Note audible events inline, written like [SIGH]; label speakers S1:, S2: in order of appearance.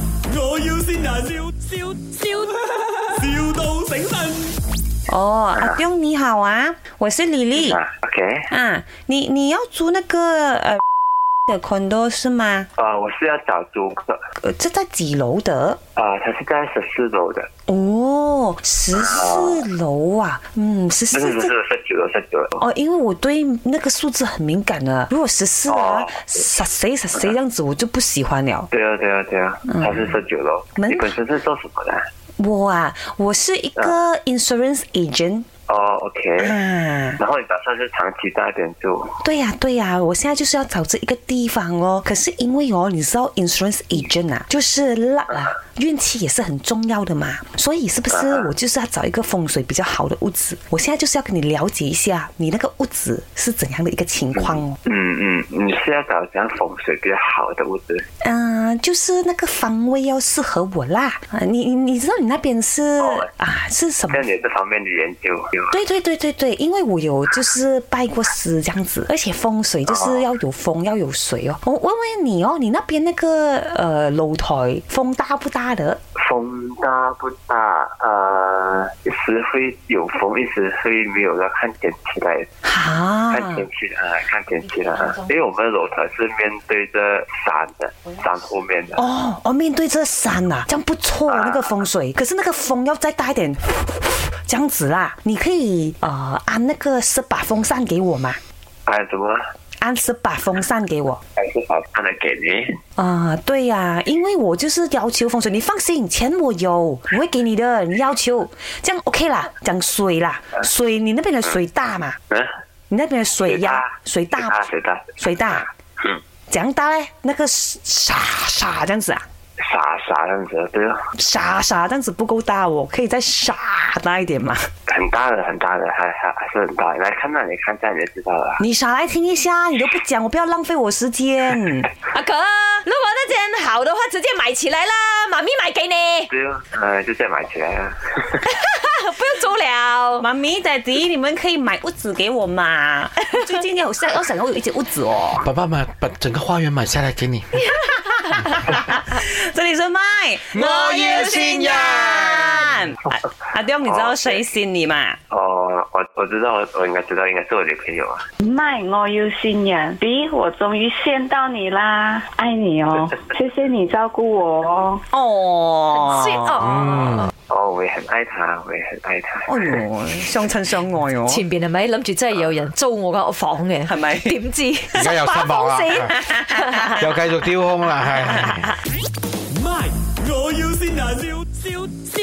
S1: 要先人，笑笑笑，,笑到醒神。
S2: 哦，阿东你好啊，我是李丽
S3: 啊，OK，
S2: 啊，你你要租那个呃 [LAUGHS] 的 condo 是吗？
S3: 啊，我是要找租客，
S2: 呃，这在几楼的？
S3: 啊，他是在十四楼的，
S2: 哦，十四楼啊，嗯，十
S3: 不
S2: 四
S3: 是
S2: 这
S3: 不是十九楼，十九楼。
S2: 哦，因为我对那个数字很敏感的，如果十四啊
S3: 哦，
S2: 啥谁啥谁这样子，我就不喜欢了。
S3: 对啊，对啊，对啊，他是十九楼。
S2: 嗯门
S3: 你本身是做什么的？
S2: 我啊，我是一
S3: 啊
S2: 个 insurance agent
S3: 哦，OK。
S2: 啊。
S3: 然后你打算是长期在那边住？
S2: 对呀、对呀、我现在就是要找这一个地方哦。可是因为哦，你知道 insurance agent 啊，就是辣啊，运气也是很重要的嘛。所以是不是我就是要找一个风水比较好的屋子？我现在就是要跟你了解一下，你那个屋子是怎样的一个情况哦。
S3: 嗯嗯，你是要找怎样风水比较好的屋子？
S2: 嗯、就是那个方位要适合我啦。啊，你你你知道你那边是、
S3: 哦
S2: 啊是什么
S3: 像你这方面的研究有？
S2: 对对对对对，因为我有就是拜过师这样子，而且风水就是要有风、要有水哦。我问问你哦，你那边那个呃楼台风大不大的？
S3: 风大不大？呃，一时会有风，一时会没有，要看天气来，
S2: 哈、
S3: 看天气啊，看天气啦、啊。因为我们的楼台是面对着山的，山后面的。
S2: 哦哦，面对这山呐、这样不错、哦那个风水。可是那个风要再大一点，这样子啦。你可以呃安那个十把风扇给我吗？
S3: 哎，怎么？
S2: 安十把风扇给我。
S3: 还是把看来给你？
S2: 啊，对呀、因为我就是要求风水，你放心，钱我有，我会给你的，你要求，这样 OK 啦。讲水啦，水你那边的水大嘛？
S3: 嗯，
S2: 你那边的水呀，水
S3: 水大，
S2: 大，
S3: 水大，
S2: 水大，
S3: 嗯，
S2: 怎样大嘞？那个沙沙这样子啊，
S3: 傻傻样子，对哦，
S2: 沙沙这样子不够大哦，可以再沙大一点嘛？
S3: 很大的，很大的，还还还是很大的。来看那，你看这样你就知道了。
S2: 你少来听一下，你都不讲，我不要浪费我时间。
S4: 阿哥，如果那间好的话，直接买起来啦，妈咪买给你，
S3: 对哦，呃，就这样买起来啊。
S4: 不用租了。
S2: 妈咪、daddy，你们可以买屋子给我嘛？ [LAUGHS] 我最近有想要想要有一间屋子哦。
S5: 爸爸买把整个花园买下来给你。
S2: 这里是麦，
S5: 我要先人
S2: 阿阿刁，你知道谁信你吗？
S3: 哦，我我知道，我我应该知道，应该是我女朋友啊。
S6: 麦，我有新人，比我终于见到你啦，爱你哦，谢谢你照顾我哦。
S2: 哦
S4: 所以
S5: 嗯
S4: 哦，
S3: 哦，我也很爱她，我也很爱她。
S2: 哎哟，相親相愛哦，
S4: 前边系咪谂住真系有人租我間房嘅？
S2: 係咪
S4: 點知
S5: 而家又失望啦，
S4: 啊 [LAUGHS]
S5: 又繼續丟空啦，係。
S1: My，我要先人，笑笑笑，